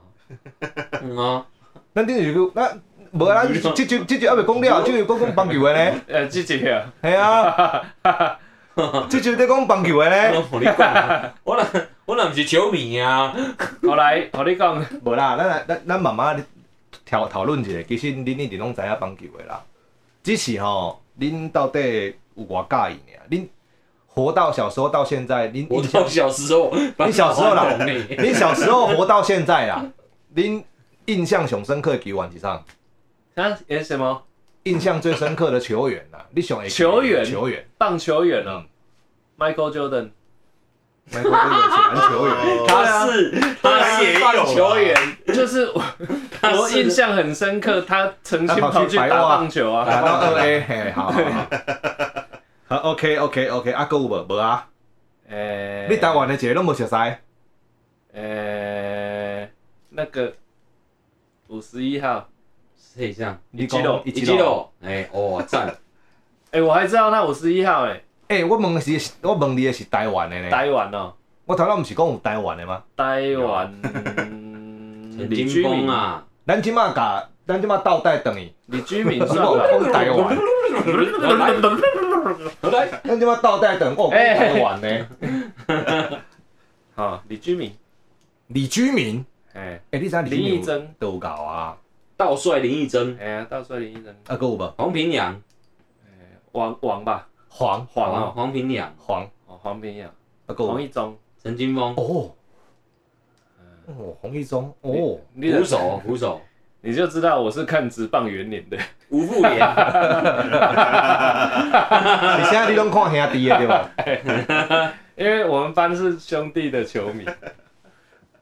Speaker 3: 嗯啊，
Speaker 1: 咱顶日就咱无啊，咱即集即集还未讲了，即集讲讲棒球的 呢，
Speaker 2: 呃，这集啊，
Speaker 1: 系啊，即集在讲棒球的
Speaker 3: 我
Speaker 1: 呢
Speaker 3: 拢。互你讲啊，我若我若毋是球迷啊，
Speaker 2: 我来， 我你讲，
Speaker 1: 无啦，咱来咱咱慢慢讨讨论一下。其实恁一定拢知影棒球的啦，只是吼，恁到底有偌介意尔？啊恁活到小时候到现在，恁
Speaker 3: 我
Speaker 1: 恁
Speaker 3: 到小时候，
Speaker 1: 你小时候啦啊
Speaker 3: 班长呢
Speaker 1: 恁小时候活到现在啦，恁印象上深刻的球员是啥？
Speaker 2: 啊，演什么
Speaker 1: 印象最深刻的球员啦，你想会记得
Speaker 2: 球员
Speaker 1: 球员，
Speaker 2: 棒球员哦
Speaker 1: 嗯，
Speaker 2: ，Michael Jordan，
Speaker 1: 美国队的篮球员，
Speaker 3: 他是他
Speaker 4: 也
Speaker 3: 是
Speaker 4: 有
Speaker 3: 棒球员，
Speaker 2: 就是我
Speaker 3: 他是
Speaker 2: 我印象很深刻，他曾经
Speaker 1: 他跑去
Speaker 2: 跑去
Speaker 1: 白
Speaker 2: 打
Speaker 1: 袜
Speaker 2: 棒球啊，
Speaker 1: 打到二 A，嘿，好好好。好，OK OK OK，啊，搁有无？无啊，
Speaker 2: 诶，
Speaker 1: 你台湾的一个拢无熟悉，
Speaker 2: 呃，那个五十一号，
Speaker 3: 谁这样？
Speaker 1: 你
Speaker 2: 一
Speaker 1: 讲
Speaker 2: 路
Speaker 3: 一六，哎，哦，赞，
Speaker 2: 哎、我还知道那五十一号、欸，
Speaker 1: 诶、我问的是，我问你的是台湾的
Speaker 2: 哎，
Speaker 1: 呢？
Speaker 2: 台湾哦，
Speaker 1: 我头先毋是讲有台湾的吗？
Speaker 2: 台湾，
Speaker 3: 陈
Speaker 2: 李
Speaker 3: 金
Speaker 2: 居
Speaker 3: 峰
Speaker 2: 民，
Speaker 3: 啊，
Speaker 1: 咱即马甲咱即马倒带转去，
Speaker 2: 李居民
Speaker 1: 你
Speaker 2: 算
Speaker 1: 讲
Speaker 2: 吧。
Speaker 1: 讲台 湾，
Speaker 3: 好来，
Speaker 1: 咱即马倒带转哦，讲台湾呢、
Speaker 2: 好，哦李居民，
Speaker 1: 李居民，
Speaker 2: 哎、
Speaker 1: 诶、你知影李居民
Speaker 2: 林义珍
Speaker 1: 都有搞啊？
Speaker 3: 道帅林义珍，
Speaker 2: 哎呀，到时候林医生，
Speaker 1: 啊，搁有无？
Speaker 3: 黄平阳，
Speaker 2: 王王吧，
Speaker 1: 黄
Speaker 2: 黄
Speaker 3: 黄
Speaker 2: 哦，
Speaker 3: 黄平阳，
Speaker 1: 黄，
Speaker 2: 哦黄平阳，
Speaker 1: 啊，搁有
Speaker 2: 黄
Speaker 1: 无
Speaker 2: 一中，
Speaker 3: 陈金峰，
Speaker 1: 哦，哦，洪一中，哦
Speaker 2: 你，你
Speaker 3: 鼓
Speaker 2: 的
Speaker 3: 手，鼓手，
Speaker 2: 你就知道我是看职棒元年的，
Speaker 3: 吴富连，
Speaker 1: 你现在你拢看兄弟的对 无？
Speaker 2: 因为我们班是兄弟的球 迷，
Speaker 1: 啊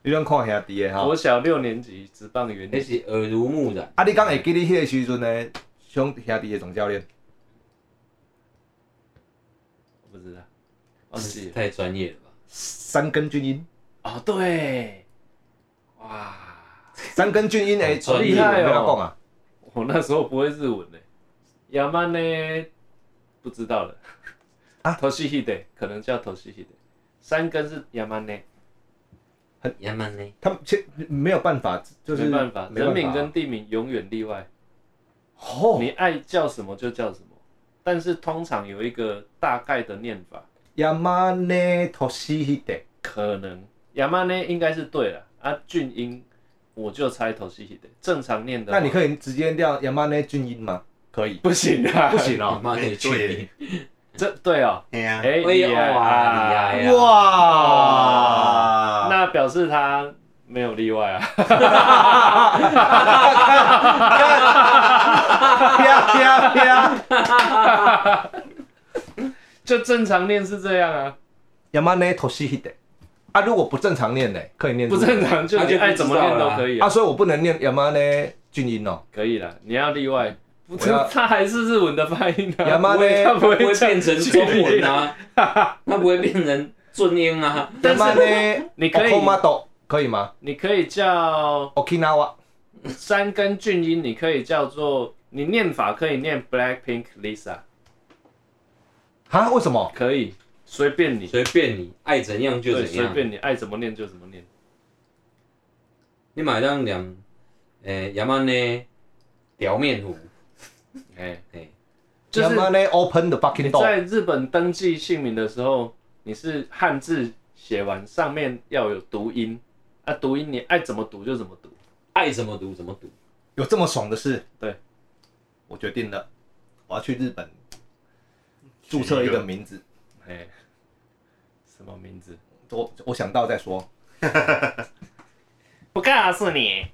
Speaker 1: 你拢看兄弟的吼
Speaker 2: 国。小六年级职棒元
Speaker 3: 那
Speaker 1: 哎
Speaker 2: 年，
Speaker 3: 是耳濡目染，
Speaker 1: 啊，你敢会记你迄个时阵的兄兄弟的总教练？
Speaker 2: 我不知道，忘记了。
Speaker 3: 太专业了吧？
Speaker 1: 三根俊英，
Speaker 2: 哦，对，哇，
Speaker 1: 三根俊英诶，
Speaker 3: 好
Speaker 2: 厉害哦
Speaker 1: 要讲啊？
Speaker 2: 我那时候不会日文呢，亚曼呢不知道了
Speaker 1: 啊
Speaker 2: 头西希的可能叫头西希的，三根是亚曼呢，
Speaker 3: 也蛮呢，
Speaker 1: 他们其没有办法，就是
Speaker 2: 没办法，
Speaker 1: 没
Speaker 2: 人
Speaker 1: 办
Speaker 2: 名
Speaker 1: 法
Speaker 2: 跟地名永远例外，
Speaker 1: 哦，
Speaker 2: 你爱叫什么就叫什么，但是通常有一个大概的念法，
Speaker 1: 亚马内托西希德，
Speaker 2: 可能亚曼呢应该是对了啊，俊英我就猜头西希的，正常念的话，
Speaker 1: 那你可以直接叫亚马内俊英吗？可以，
Speaker 2: 不行啊，
Speaker 1: 不，行
Speaker 3: 也
Speaker 1: 哦。
Speaker 3: 蛮呢，
Speaker 4: 对
Speaker 2: 这对哦，
Speaker 4: 嘿啊呀，
Speaker 2: 哎
Speaker 3: 哎呦哇，厉
Speaker 2: 呀。
Speaker 3: 害啊！
Speaker 1: 哇！
Speaker 4: 啊，
Speaker 2: 那表示他没有例外啊。
Speaker 1: 啪啪啪！
Speaker 2: 就正常念是这样啊，
Speaker 1: 亚马内托西希德。啊，如果不正常念呢？可以念
Speaker 2: 不
Speaker 1: 出来
Speaker 2: 正常就
Speaker 3: 那就
Speaker 2: 你爱怎么念
Speaker 3: 不知
Speaker 2: 都
Speaker 3: 道了啊
Speaker 2: 可以啊
Speaker 1: 啊，，所以我不能念亚马内俊英哦。
Speaker 2: 可以啦，你要例外，不
Speaker 1: 我要
Speaker 2: 他还是日文的发音
Speaker 1: 亚
Speaker 2: 啊，
Speaker 1: 麻
Speaker 3: 不
Speaker 1: 呢
Speaker 3: 会，
Speaker 2: 他
Speaker 3: 它
Speaker 2: 不
Speaker 3: 不
Speaker 2: 会
Speaker 3: 会
Speaker 2: 讲
Speaker 3: 变成中文啊，它不会变成尊英啊，
Speaker 1: 亚
Speaker 2: 但
Speaker 1: 马
Speaker 2: 是
Speaker 1: 内
Speaker 2: 你可以
Speaker 1: Okamoto 可以吗
Speaker 2: 你可以叫
Speaker 1: ？Okinawa
Speaker 2: 山根俊英，你可以叫做你念法可以念 Black Pink Lisa，
Speaker 1: 啊？为什么？
Speaker 2: 可以随便你，
Speaker 3: 随便你爱怎样就
Speaker 2: 对，
Speaker 3: 怎
Speaker 2: 随
Speaker 3: 样。
Speaker 2: 便你爱怎么念就怎么念。
Speaker 3: 你买张两，诶，亚曼呢，表面糊，
Speaker 2: 哎
Speaker 3: 哎，
Speaker 2: 就是
Speaker 1: 亚马内 Open the
Speaker 2: 你
Speaker 1: fucking door。
Speaker 2: 在日本登记姓名的时候，你是汉字写完上面要有读音，啊，读音你爱怎么读就怎么读。
Speaker 3: 爱怎么读怎么读。
Speaker 1: 有这么爽的事？
Speaker 2: 对，
Speaker 1: 我决定了，我要去日本注册一个名字。
Speaker 2: 哎，什么名字？
Speaker 1: 我我想到再说。
Speaker 2: 不告诉你。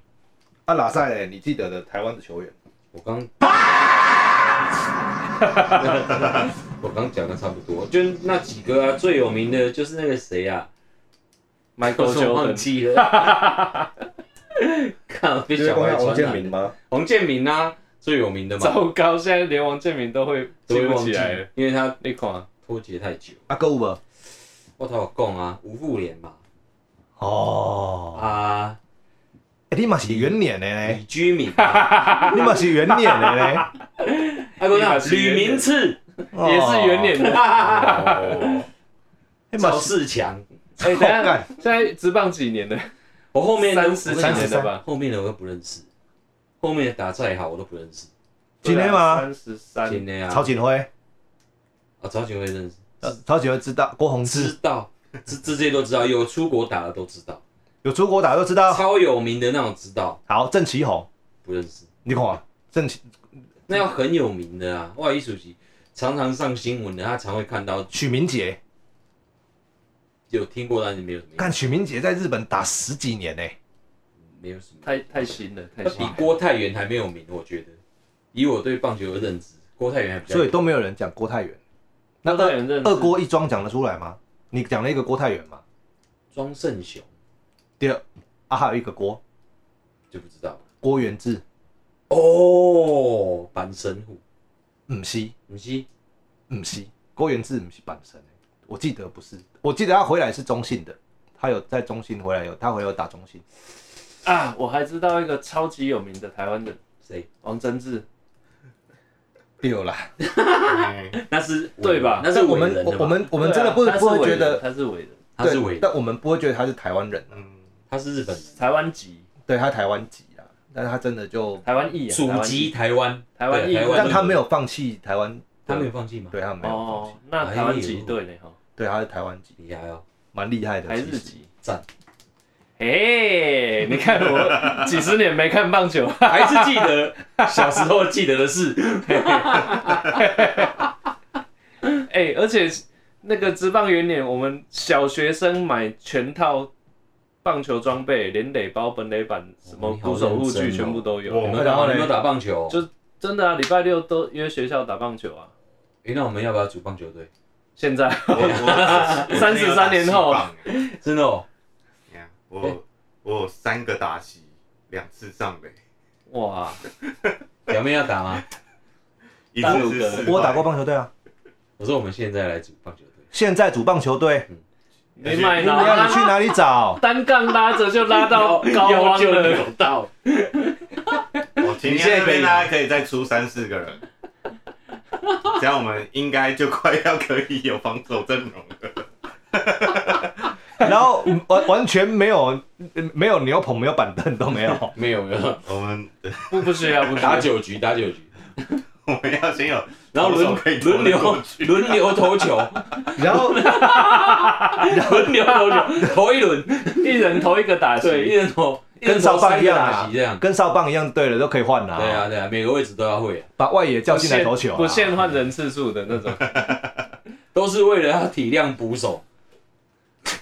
Speaker 1: 啊，拉塞嘞，你记 得的台湾的球员，
Speaker 3: 我刚，我刚讲的差不多，就那几个啊，最有名的就是那个谁啊，
Speaker 2: Michael
Speaker 3: 我忘
Speaker 2: Jordan，
Speaker 3: 记了， 看我被
Speaker 1: 就是
Speaker 3: 小
Speaker 1: 讲
Speaker 3: 孩
Speaker 1: 到王
Speaker 3: 传
Speaker 1: 建
Speaker 3: 染
Speaker 1: 民
Speaker 3: 的。
Speaker 1: 吗？
Speaker 3: 王建民啊，最有名的嘛，
Speaker 2: 糟糕，现在连王建民都会记
Speaker 3: 都会
Speaker 2: 不
Speaker 3: 忘
Speaker 2: 起
Speaker 3: 记哦
Speaker 2: 来了。，
Speaker 3: 因为他
Speaker 2: 你看，
Speaker 3: 脱节太久。
Speaker 1: 啊，购物吧。
Speaker 3: 我头有讲啊，吴富连嘛，
Speaker 1: 哦，哎
Speaker 3: 啊，
Speaker 1: 欸你嘛是元年的呢
Speaker 3: 李，居民嘛，啊
Speaker 1: 你嘛是元年的呢，
Speaker 3: 还有那
Speaker 2: 也是
Speaker 3: 吕
Speaker 2: 元年
Speaker 3: 明次，
Speaker 1: 哦
Speaker 2: 也是元。年 的。
Speaker 4: 哦，
Speaker 1: 你嘛
Speaker 3: 赵
Speaker 1: 是
Speaker 3: 世强，
Speaker 2: 哎，等一
Speaker 1: 好
Speaker 2: 下
Speaker 1: 干，
Speaker 2: 现在职棒几年了？
Speaker 3: 我后面
Speaker 2: 三
Speaker 3: 的
Speaker 2: 十几年
Speaker 1: 30
Speaker 2: 了吧？
Speaker 3: 后面的我都不认识，后面的打再好我都不认识。
Speaker 1: 今天
Speaker 3: 啊
Speaker 1: 吗？
Speaker 2: 三十三
Speaker 3: 真，的啊，
Speaker 1: 曹锦辉，
Speaker 3: 啊曹景辉认识，
Speaker 1: 呃曹锦辉知道，郭宏
Speaker 3: 知
Speaker 1: 志
Speaker 3: 道，这这些都知道，有出国打的都知道，
Speaker 1: 有出国打都知道。
Speaker 3: 超有名的那种知道，
Speaker 1: 好，郑启宏，
Speaker 3: 不认识。
Speaker 1: 你看啊郑启
Speaker 3: 那要很有名的啊，外语主席常常上新闻的，他常会看到，
Speaker 1: 许明杰，
Speaker 3: 有听过，但是没有什么印象，
Speaker 1: 看许明杰在日本打十几年呢，
Speaker 3: 没有什么。
Speaker 2: 太太新了，太
Speaker 3: 他
Speaker 2: 新
Speaker 3: 比
Speaker 2: 了。
Speaker 3: 郭泰源还没有名，我觉得。以我对棒球的认知，郭泰源还比较。
Speaker 1: 所以都没有人讲郭泰源。那
Speaker 2: 郭泰
Speaker 1: 二
Speaker 2: 源认识
Speaker 1: 二郭一庄讲得出来吗？你讲了一个郭泰源嘛？
Speaker 3: 庄胜雄
Speaker 1: 第二啊，还有一个郭
Speaker 3: 就不知道了。
Speaker 1: 郭元志，
Speaker 3: 哦，板神虎，
Speaker 1: 唔是
Speaker 3: 你是
Speaker 1: 唔是郭元志唔是阪神欸我记得不是，我记得他回来是中信的，他有在中信回来有他回来有打中信。
Speaker 2: 啊，我还知道一个超级有名的台湾人
Speaker 3: 谁？
Speaker 2: 王贞治，
Speaker 1: 有啦，
Speaker 4: 嗯
Speaker 3: 那是
Speaker 2: 对吧
Speaker 3: 那是
Speaker 1: 但我
Speaker 3: 伟
Speaker 1: 们
Speaker 3: 人的吧
Speaker 1: 我们我们真的不
Speaker 2: 对啊他是
Speaker 1: 不会
Speaker 2: 伟
Speaker 1: 觉
Speaker 2: 人
Speaker 1: 得
Speaker 2: 他是伟人，
Speaker 3: 他是
Speaker 1: 对
Speaker 3: 伟人，
Speaker 1: 但我们不会觉得他是台湾人，啊
Speaker 4: 嗯，
Speaker 3: 他是日本人，
Speaker 2: 台湾籍，
Speaker 1: 对他台湾籍啦，但是他真的就，
Speaker 2: 台湾裔啊，
Speaker 3: 祖籍台湾，
Speaker 2: 台湾
Speaker 3: 对
Speaker 2: 裔
Speaker 3: 台湾
Speaker 1: 但
Speaker 3: 裔，
Speaker 1: 他没有放弃台湾，
Speaker 3: 他没有放弃吗？
Speaker 1: 对他没有放弃
Speaker 2: 哦，，那台湾籍
Speaker 3: 哎呦
Speaker 2: 对呢哈，
Speaker 1: 对他是台湾籍，
Speaker 3: 厉害哦，
Speaker 1: 蛮厉害的，
Speaker 2: 台日
Speaker 1: 其实
Speaker 2: 籍
Speaker 3: 赞，
Speaker 2: 哎，你看我几十年没看棒球，
Speaker 3: 还是记 得小时候记得的事。
Speaker 2: 哎，而且那个职棒元年，我们小学生买全套棒球装备，连垒包、本垒板、什么
Speaker 3: 你好
Speaker 2: 鼓手护
Speaker 3: 认
Speaker 2: 具
Speaker 3: 真哦
Speaker 2: 全部都有。
Speaker 4: 哇
Speaker 3: 我
Speaker 2: 你
Speaker 3: 们
Speaker 2: 们
Speaker 1: 然后
Speaker 3: 打，
Speaker 1: 嘞
Speaker 3: 你们打棒球，
Speaker 2: 就真的啊，礼拜六都约学校打棒球啊。
Speaker 3: 诶，那我们要不要组棒球队？
Speaker 2: 现在
Speaker 4: 我我
Speaker 2: 33年后
Speaker 4: 我真的有打戏棒
Speaker 3: 真的哦，
Speaker 4: 欸我我有三个打席，两次上垒，
Speaker 2: 哇，
Speaker 3: 表妹要打吗？
Speaker 4: 一
Speaker 2: 大
Speaker 4: 次
Speaker 2: 陆
Speaker 4: 是
Speaker 2: 哥
Speaker 4: 四
Speaker 1: 我打过
Speaker 4: 棒，
Speaker 1: 棒球队啊，
Speaker 3: 我说我们现在来组棒球队，
Speaker 1: 现在主棒球队，
Speaker 2: 你买
Speaker 3: 哎
Speaker 1: 你要
Speaker 2: 哪
Speaker 1: 你去哪里找？
Speaker 2: 单杠拉着就拉到高
Speaker 3: 腰
Speaker 2: 光
Speaker 3: 就
Speaker 2: 了，
Speaker 3: 扭到。
Speaker 4: 我今天这边大家可以再出三四个人，这样我们应该就快要可以有防守阵容了。
Speaker 1: 然后嗯完完全没有没有牛棚，没有板凳都没有，
Speaker 3: 没有没有，
Speaker 4: 我们
Speaker 2: 不不需要不需
Speaker 3: 打
Speaker 2: 要。
Speaker 3: 九局打九局，
Speaker 4: 我们要先有，
Speaker 3: 然后轮
Speaker 4: 投手可以投得
Speaker 3: 轮流
Speaker 4: 过去
Speaker 3: 轮流投球，
Speaker 1: 然后
Speaker 3: 轮流投球，投一轮，
Speaker 2: 一人投一个打
Speaker 3: 对，一
Speaker 2: 席，
Speaker 3: 人投，一人
Speaker 1: 跟
Speaker 3: 投
Speaker 1: 少
Speaker 3: 三
Speaker 1: 棒一
Speaker 3: 个
Speaker 1: 样
Speaker 3: 打
Speaker 1: 啊
Speaker 3: 席这样。
Speaker 1: 跟少棒一样，对了都可以换啦，
Speaker 3: 对啊，对啊，每个位置都要会啊，
Speaker 1: 把外野叫进来投球啊，
Speaker 2: 不限换人次数的那种。
Speaker 3: 都是为了要体谅捕手，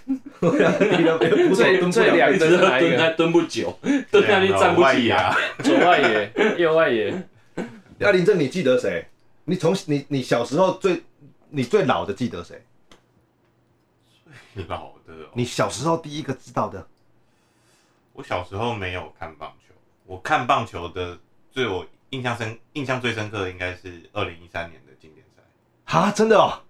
Speaker 1: 你的不
Speaker 2: 最
Speaker 1: 蹲不
Speaker 2: 最
Speaker 1: 了
Speaker 2: 两
Speaker 3: 一
Speaker 2: 个
Speaker 3: 直
Speaker 2: 是
Speaker 3: 都
Speaker 2: 哪一
Speaker 3: 蹲
Speaker 2: 个？
Speaker 3: 在蹲不久，蹲在那里站不起啊。
Speaker 2: 左外野、右外野，
Speaker 1: 那林正，你记得谁？你从你你小时候最你最老的记得谁？
Speaker 4: 老的哦，
Speaker 1: 你小时候第一个知道的，
Speaker 4: 我小时候没有看棒球，我看棒球的最我印象深印象最深刻的应该是二零一三年的经典赛，
Speaker 1: 哈，真的哦，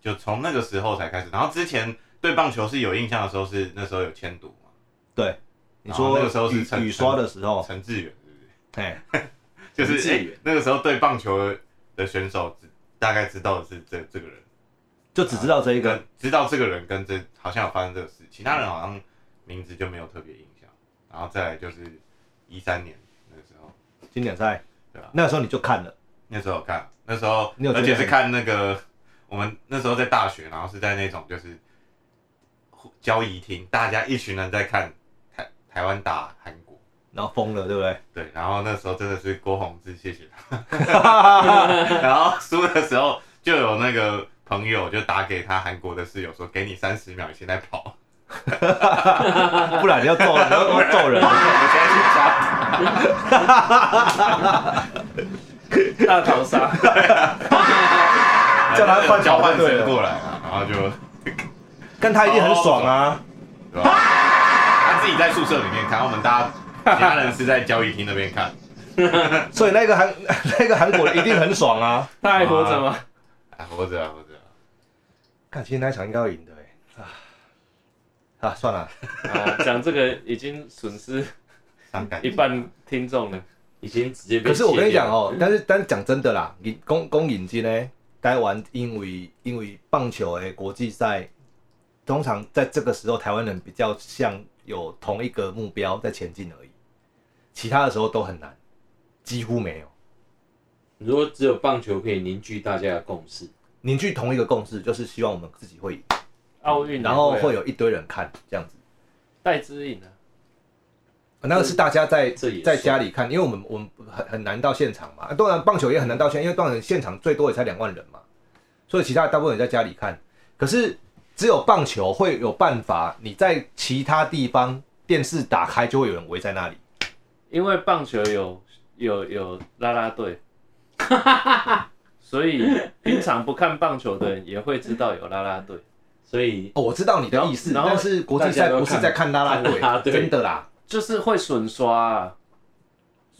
Speaker 4: 就从那个时候才开始。然后之前对棒球是有印象的时候是那时候有签赌嘛，
Speaker 1: 对，你
Speaker 4: 哦
Speaker 1: 说
Speaker 4: 那个时候是
Speaker 1: 雨
Speaker 4: 陈
Speaker 1: 雨刷的时候，
Speaker 4: 陈志远是
Speaker 1: 哎，
Speaker 4: 不是？就
Speaker 3: 哦陈
Speaker 4: 是、
Speaker 3: 志远
Speaker 4: 哎那个时候对棒球的选手只大概知道的是这这个人，
Speaker 1: 就只知道这一个
Speaker 4: 跟知道这个人跟这好像有发生这个事，其他人好像名字就没有特别印象。然后再来就是一三年那个时候，
Speaker 1: 经典赛
Speaker 4: 对啊，
Speaker 1: 那时候你就看了，
Speaker 4: 那时候有看，那时候
Speaker 1: 你有
Speaker 4: 而
Speaker 1: 觉
Speaker 4: 且
Speaker 1: 得
Speaker 4: 是看那个我们那时候在大学，然后是在那种就是交易厅，大家一群人在看台台湾打韩国，
Speaker 1: 然后疯了，对不对？
Speaker 4: 对，然后那时候真的是郭宏志，谢谢他。 然后输的时候就有那个朋友就打给他韩国的室友说，给你三十秒，你现在跑，
Speaker 1: 不然你要揍人，你要要揍 人，
Speaker 4: 我现在去抓。
Speaker 2: 大逃杀。
Speaker 1: 叫他换
Speaker 4: 交换
Speaker 1: 跑就对
Speaker 4: 生
Speaker 1: 了
Speaker 4: 过来啊，然后就
Speaker 1: 但他一定很爽啊！
Speaker 4: 对吧？他自己在宿舍里面看，我们大家其他人是在交易厅那边看，
Speaker 1: 所以那个韩 那个韩国人一定很爽啊！
Speaker 2: 他还活着吗？
Speaker 4: 啊，活着啊，活着啊。
Speaker 1: 看，其实那一场应该要赢的哎、啊啊，算了，
Speaker 2: 啊，讲这个已经损失
Speaker 4: 伤感
Speaker 2: 一
Speaker 4: 情
Speaker 2: 半听众了。
Speaker 3: 已经直接被。
Speaker 1: 可是我跟你
Speaker 3: 啊
Speaker 1: 讲，哦，但是但是讲真的啦，你公公引进呢，台湾因为因为棒球诶国际赛，通常在这个时候台湾人比较像有同一个目标在前进而已，其他的时候都很难，几乎没有
Speaker 3: 如果只有棒球可以凝聚大家的共识，
Speaker 1: 凝聚同一个共识，就是希望我们自己会赢，
Speaker 2: 奥运也啊，
Speaker 1: 然后会有一堆人看这样子。
Speaker 2: 戴之颖啊，
Speaker 1: 啊那个是大家在
Speaker 3: 这也
Speaker 1: 在家
Speaker 3: 算
Speaker 1: 里看，因为我们我们很很难到现场嘛。啊当然棒球也很难到现，因为当然现场最多也才两万人嘛，所以其他大部分人在家里看。可是只有棒球会有办法，你在其他地方电视打开就会有人围在那里。
Speaker 2: 因为棒球有有有啦啦 队，所以平常不看棒球的人也会知道有啦啦队。
Speaker 3: 所以
Speaker 1: 哦，我知道你的意思，
Speaker 2: 然后
Speaker 1: 但是国际赛不是在看拉拉
Speaker 3: 大家都看
Speaker 1: 队，
Speaker 3: 对
Speaker 1: 真的啦。
Speaker 2: 就是会损刷、啊。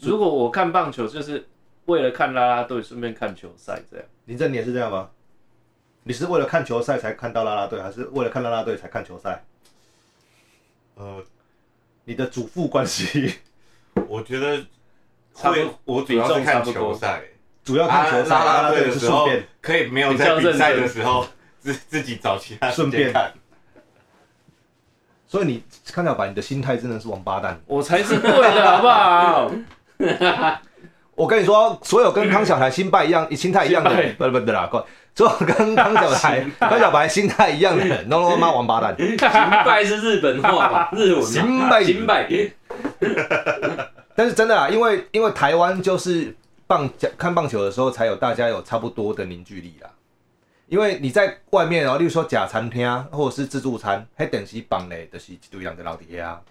Speaker 2: 如果我看棒球，就是为了看啦啦队，顺便看球赛这样。
Speaker 1: 林正年是这样吗？你是为了看球赛才看到拉拉队，还是为了看拉拉队才看球赛？
Speaker 4: 呃，
Speaker 1: 你的主妇关系
Speaker 4: 我觉得
Speaker 2: 差不
Speaker 4: 会，我主要是看球赛，
Speaker 1: 主要看球赛，
Speaker 4: 啊
Speaker 1: 拉
Speaker 4: 拉
Speaker 1: 拉
Speaker 4: 拉
Speaker 1: 队
Speaker 4: 队
Speaker 1: 是
Speaker 4: 的时
Speaker 1: 顺
Speaker 4: 候
Speaker 1: 便。
Speaker 4: 可以没有在比赛的时候自自己找其他时
Speaker 1: 顺便
Speaker 4: 间看。
Speaker 1: 所以你看到吧，你的心态真的是王八蛋。
Speaker 2: 我才是对的，好不 好？
Speaker 1: 我跟你说，所有跟康小台心态一样、心态一样的人，不不对啦，快所有跟康小台、康小白心态一样的人，都他妈王八蛋。
Speaker 3: 行拜是日本话吧，日文吧啊
Speaker 1: 行拜
Speaker 3: 行拜，
Speaker 1: 但是真的啦，因为因为台湾就是棒看棒球的时候，才有大家有差不多的凝聚力啦。因为你在外面哦，例如说假餐厅啊，或者是自助餐，还等级绑嘞，就是一堆人在老底下。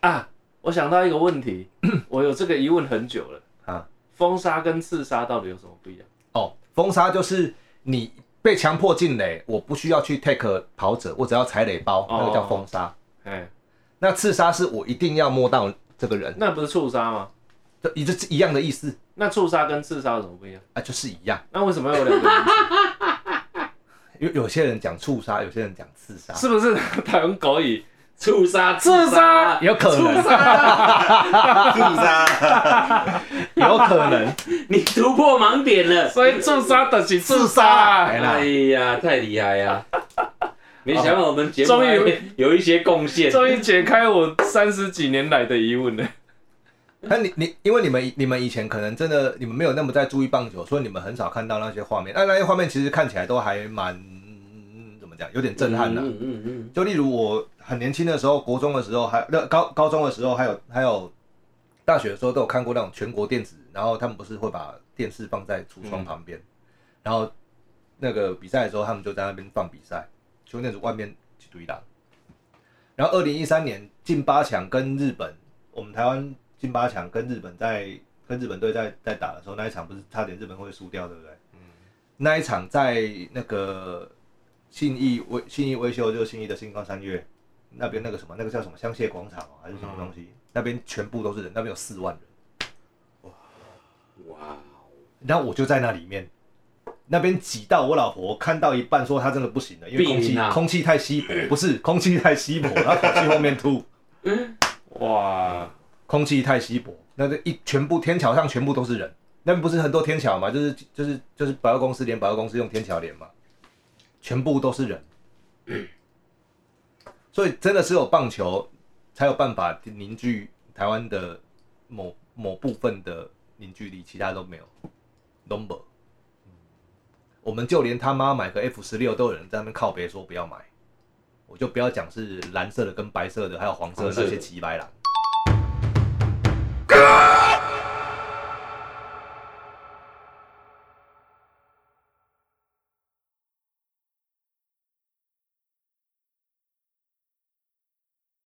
Speaker 2: 啊，我想到一个问题，我有这个疑问很久了
Speaker 1: 啊。
Speaker 2: 封杀跟刺杀到底有什么不一样？
Speaker 1: 哦，封杀就是你被强迫进垒，我不需要去 take 跑者，我只要踩垒包，那个叫封杀。
Speaker 2: 哎，
Speaker 1: 那刺杀是我一定要摸到这个人，
Speaker 2: 那不是触杀吗？
Speaker 1: 这也就是一样的意思
Speaker 2: 那触杀跟刺杀有什么不一样？
Speaker 1: 啊，就是一样。
Speaker 2: 那为什么要有两个 名字？
Speaker 1: 有有些人讲触杀，有些人讲刺杀，
Speaker 2: 是不是 台湾狗语？
Speaker 3: 触杀
Speaker 2: 刺杀
Speaker 1: 有可能，
Speaker 2: 啊
Speaker 4: 是啊，
Speaker 1: 有可 能
Speaker 3: 你突破盲点了，
Speaker 2: 所以触杀等于刺杀
Speaker 1: 来
Speaker 2: 啊。
Speaker 1: 啦
Speaker 3: 哎呀，太厉害 呀！没想到我们节目
Speaker 2: 终于
Speaker 3: 还有一些贡献，
Speaker 2: 终于解开我三十几年来的疑问了。
Speaker 1: 那你你因为你们你们以前可能真的你们没有那么在注意棒球，所以你们很少看到那些画面。啊那那些画面其实看起来都还蛮怎么讲，有点震撼的、啊
Speaker 3: 嗯嗯嗯
Speaker 1: 就例如我很年轻的时候，国中的时候还那高高中的时候，还有还有大学的时候都有看过那种全国电子，然后他们不是会把电视放在橱窗旁边，然后那个比赛的时候，他们就在那边放比赛，全国电子外面一堆人。然后二零一三年进八强跟日本，我们台湾进八强跟日本在跟日本队在在打的时候，那一场不是差点日本会输掉，对不对？那一场在那个信义维信义维修，就是信义的星光三月那边那个什么，那个叫什么香榭广场、哦、还是什么东西？那边全部都是人，那边有四万人，
Speaker 3: 嗯，哇，
Speaker 2: 哦
Speaker 1: 然后我就在那里面，那边挤到我老婆看到一半说她真的不行了，因为
Speaker 3: 避
Speaker 1: 空气、
Speaker 3: 孕啊
Speaker 1: 空气太稀薄，不是空气太稀薄，然后跑去后面吐，
Speaker 2: 哇，
Speaker 1: 空气太稀薄，那这一全部天桥上全部都是人，那边不是很多天桥嘛，就是就是就是百货公司连百货公司用天桥连嘛，全部都是人， 所以真的是有棒球才有办法凝聚台湾的某某部分的凝聚力，其他都没有，number，我们就连他妈买个 F 十六都有人在那边靠别说不要买，我就不要讲是蓝色的跟白色的，还有黄色的那些
Speaker 3: 黄色的
Speaker 1: 奇白狼。